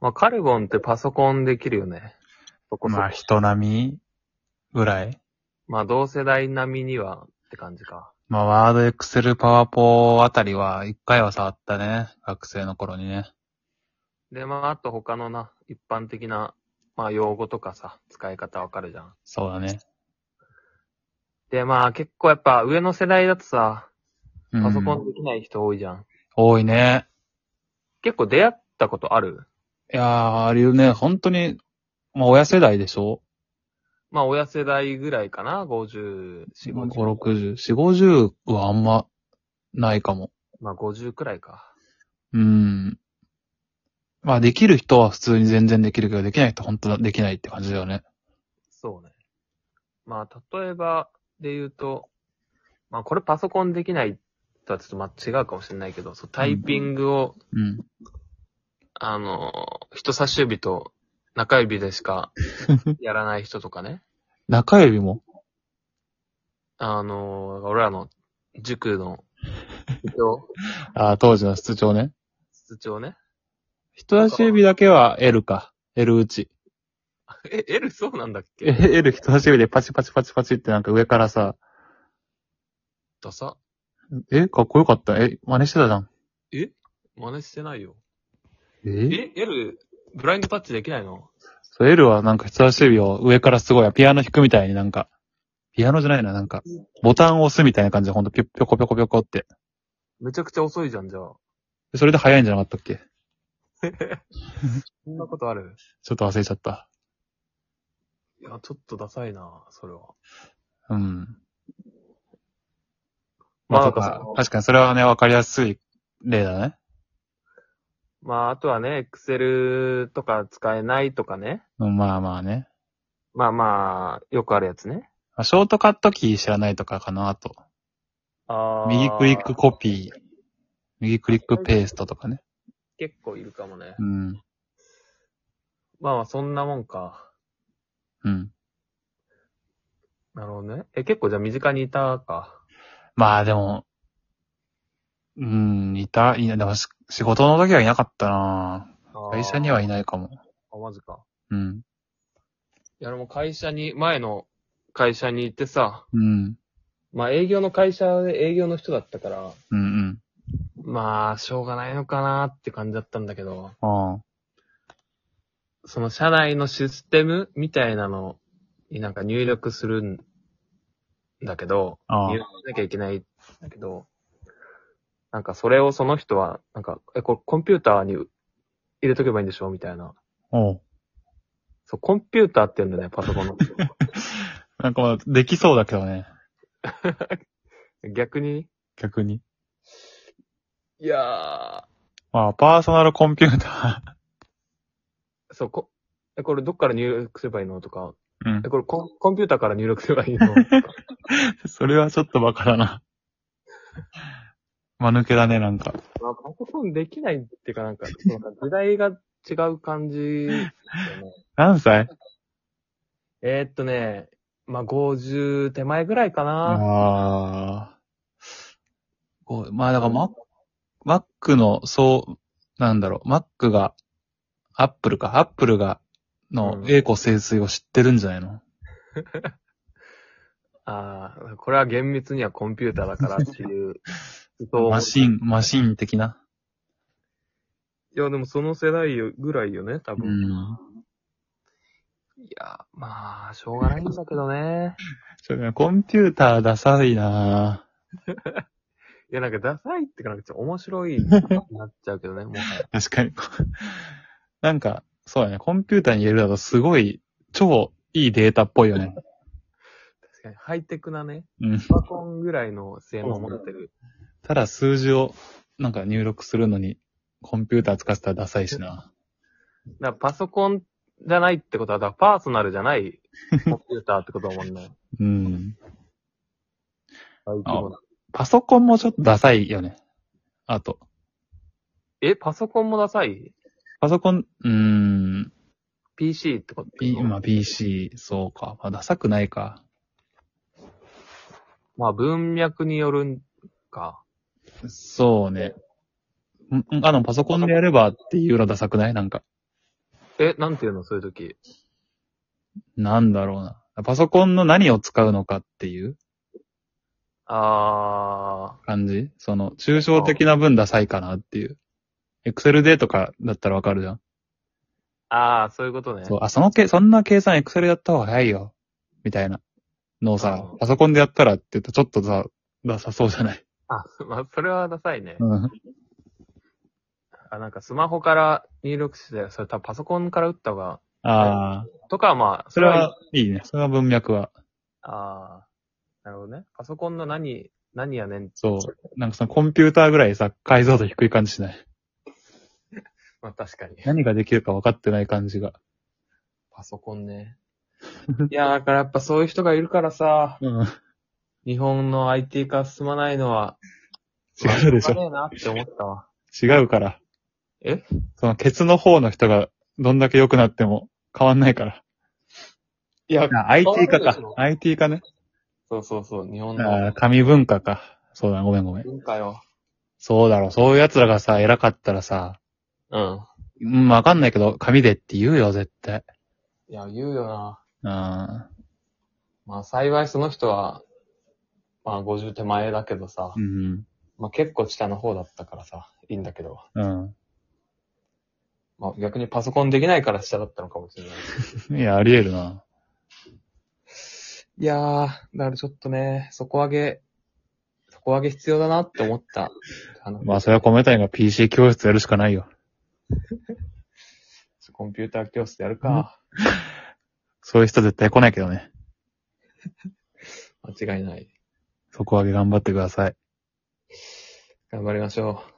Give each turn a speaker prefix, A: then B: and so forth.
A: まあ、カルボンってパソコンできるよね。そこそこ。
B: まあ、人並みぐらい。
A: まあ、同世代並みにはって感じか。
B: まあ、ワード、エクセル、パワポあたりは一回は触ったね。学生の頃にね。
A: で、まあ、あと他のな、一般的な、まあ、用語とかさ、使い方わかるじゃん。
B: そうだね。
A: で、まあ、結構やっぱ上の世代だとさ、
B: うん
A: パソコンできない人多いじゃん。
B: 多いね。
A: 結構出会ったことある
B: いやー、あれよね。本当に、まあ、親世代でしょ
A: まあ、親世代ぐらいかな ?50、4
B: ?5、
A: 50。
B: 60。4、50はあんま、ないかも。
A: まあ、50くらいか。
B: うん。まあ、できる人は普通に全然できるけど、できない人は本当だできないって感じだよね。
A: そうね。まあ、例えばで言うと、まあ、これパソコンできないとはちょっとまあ違うかもしれないけど、そうタイピングを、
B: うん。
A: あの、人差し指と中指でし かやらない人とかね。
B: 中指も
A: あの、俺らの塾の部 長、
B: ああ、当時の室長ね。
A: 室長ね。
B: 人差し指だけは L か。L 打ち。
A: え、L そうなんだっ
B: え
A: け
B: L 人差し指でパチパチパチパチってなんか上からさ、
A: ダサ。
B: えかっこよかった。え真似してたじゃん。
A: 真似してないよ。え、
B: え
A: L、ブラインドタッチできないの
B: そう、L はなんか人差し指を上からすごい、ピアノ弾くみたいになんか、ピアノじゃないな、なんか、ボタンを押すみたいな感じでほんとピョピョコピョコピョコって。
A: めちゃくちゃ遅いじゃん、じゃあ。
B: それで早いんじゃなかったっけ
A: そんなことある
B: ちょっと忘れちゃった。
A: いや、ちょっとダサいな、それは。
B: うん。
A: まあ
B: まあ、
A: な
B: そう
A: んか
B: か
A: その
B: 確かにそれはね、わかりやすい例だね。
A: まあ、あとはね、Excel とか使えないとかね。
B: うん、まあまあね。
A: まあまあ、よくあるやつね。
B: まあショートカットキー知らないとかかな、あと。
A: あー
B: 右クリックコピー、右クリックペーストとかね。
A: 結構いるかもね
B: う。ん。
A: まあまあ、そんなもんか。
B: うん。
A: なるほどね。え、結構じゃあ身近にいたか。
B: まあでも、うん、いた、いな、でもし仕事の時はいなかったな会社にはい
A: い。
B: ないかも。
A: あ、マジか。
B: うん。
A: いや、でも会社に、前の会社に行ってさ、
B: うん。
A: まあ営業の会社で営業の人だったから、
B: うんうん。
A: まあ、しょうがないのかなって感じだったんだけど、
B: ああ。
A: その社内のシステムみたいなのになんか入力するんだけど、
B: ああ
A: 入力しなきゃいけないんだけど、なんかそれをその人は、なんか、え、これコンピューターに入れとけばいいんでしょみたいな。
B: おう
A: そう、コンピューターって言うんだね、パソコンの。
B: なんかまあ、できそうだけどね。
A: 逆に
B: 逆に。
A: いや
B: まあ、パーソナルコンピュータ
A: ー、そう、こ、え、これどっから入力すればいいのとか、
B: ー。うん
A: え、。これコンコンピューターから入力すればいいのとか
B: それはちょっとわからな。 間抜けだね、なんか。
A: まあ、パソコンできないっていうか、なんか、なんか時代が違う感じですよね、
B: 何歳
A: えーっとね、まあ、50手前ぐらいかな。
B: ああ。こうまあだからマ、マックの、そう、なんだろう、マックが、アップルか、アップルが、
A: う
B: の
A: ん
B: 栄枯盛衰を知ってるんじゃないの、
A: ああ、これは厳密にはコンピューターだからって いう。そう。
B: マシン、マシン的な。
A: いや、でもその世代ぐらいよね、多
B: う
A: 分。
B: ん。
A: いや、まあ、しょうがないんだけど ね。
B: そうね、コンピューターダサいなぁ
A: いや、なんかダサいってか、なんかちょっと面白いなっちゃうけどね、もはや。
B: 確かに。 なんか、そうだね、コンピューターに入れるだとすごい、超いいデータっぽいよね。
A: 確かに、ハイテクなね、
B: うん。
A: パソコンぐらいの性能を持ってる。
B: ただ数字を、なんか入力するのに、コンピューター使ってたらダサいしな
A: だからパソコンじゃないってことは、だからパーソナルじゃないコンピューターってことだもんね。
B: うん。
A: 大規模な
B: パソコンもちょっとダサいよね。あと。
A: え、パソコンもダサい
B: パソコン、うーん、
A: ?PC ってこと
B: P、まあ PC、そうか。まあダサくないか。
A: まあ、文脈によるんか。
B: そうね。んんあの、パソコンでやればっていうのダサくないなんか。
A: え、なんていうのそういう時。
B: なんだろうな。パソコンの何を使うのかっていう
A: あ
B: 感じその、抽象的な分ダサいかなっていう。エクセルでとかだったらわかるじゃん。
A: ー、あー、そういうことね。
B: そう、あ、そのけ、そんな計算エクセルやった方が早いよ。みたいな。のをさ
A: うん、
B: パソコンでやったらって言うとちょっとさ、ダサそうじゃない。
A: あ、まあ、それはダサいね。
B: うん。
A: あ、なんかスマホから入力して、それ多分パソコンから打った方が、
B: ああ、
A: とかはまあ、
B: それはいいね。それは文脈は。
A: ああ、なるほどね。パソコンの何、何やねん。
B: そう。なんかそのコンピューターぐらいさ、解像度低い感じしない。
A: まあ確かに。
B: 何ができるか分かってない感じが。
A: パソコンね。いやー、だからやっぱそういう人がいるからさ、
B: うん。
A: 日本の IT 化進まないのは、
B: 違うでし
A: まあ
B: ょ。
A: ょ。なって思ったわ。
B: 違うから。
A: え
B: そのケツの方の人がどんだけ良くなっても変わんないから。
A: いや、
B: IT 化
A: そうで
B: か
A: すよ。
B: IT 化ね。
A: そうそうそう、日本
B: あ
A: の
B: あ、紙文化か。そうだ、ごめんごめん。
A: 文化よ。
B: そうだろう。そういう奴らがさ、偉かったらさ、
A: うん。
B: うん、わかんないけど、紙でって言うよ、絶対。
A: いや、言うよな。
B: うん。
A: まあ幸いその人は、まあ50手前だけどさ、
B: うん。
A: まあ結構下の方だったからさ、いいんだけど。
B: う
A: まあ逆にパソコンできないから下だったのかもしれない。
B: ん。いや、あり得るな。
A: いやー、だからちょっとね、底上げ、底上げ必要だなって思った。あの、
B: まあ、それは米谷が PC 教室やるしかないよ。
A: コンピューター教室やるか。
B: そういう人絶対来ないけどね。
A: 間違いない。
B: そこ上げ頑張ってください。
A: 頑張りましょう。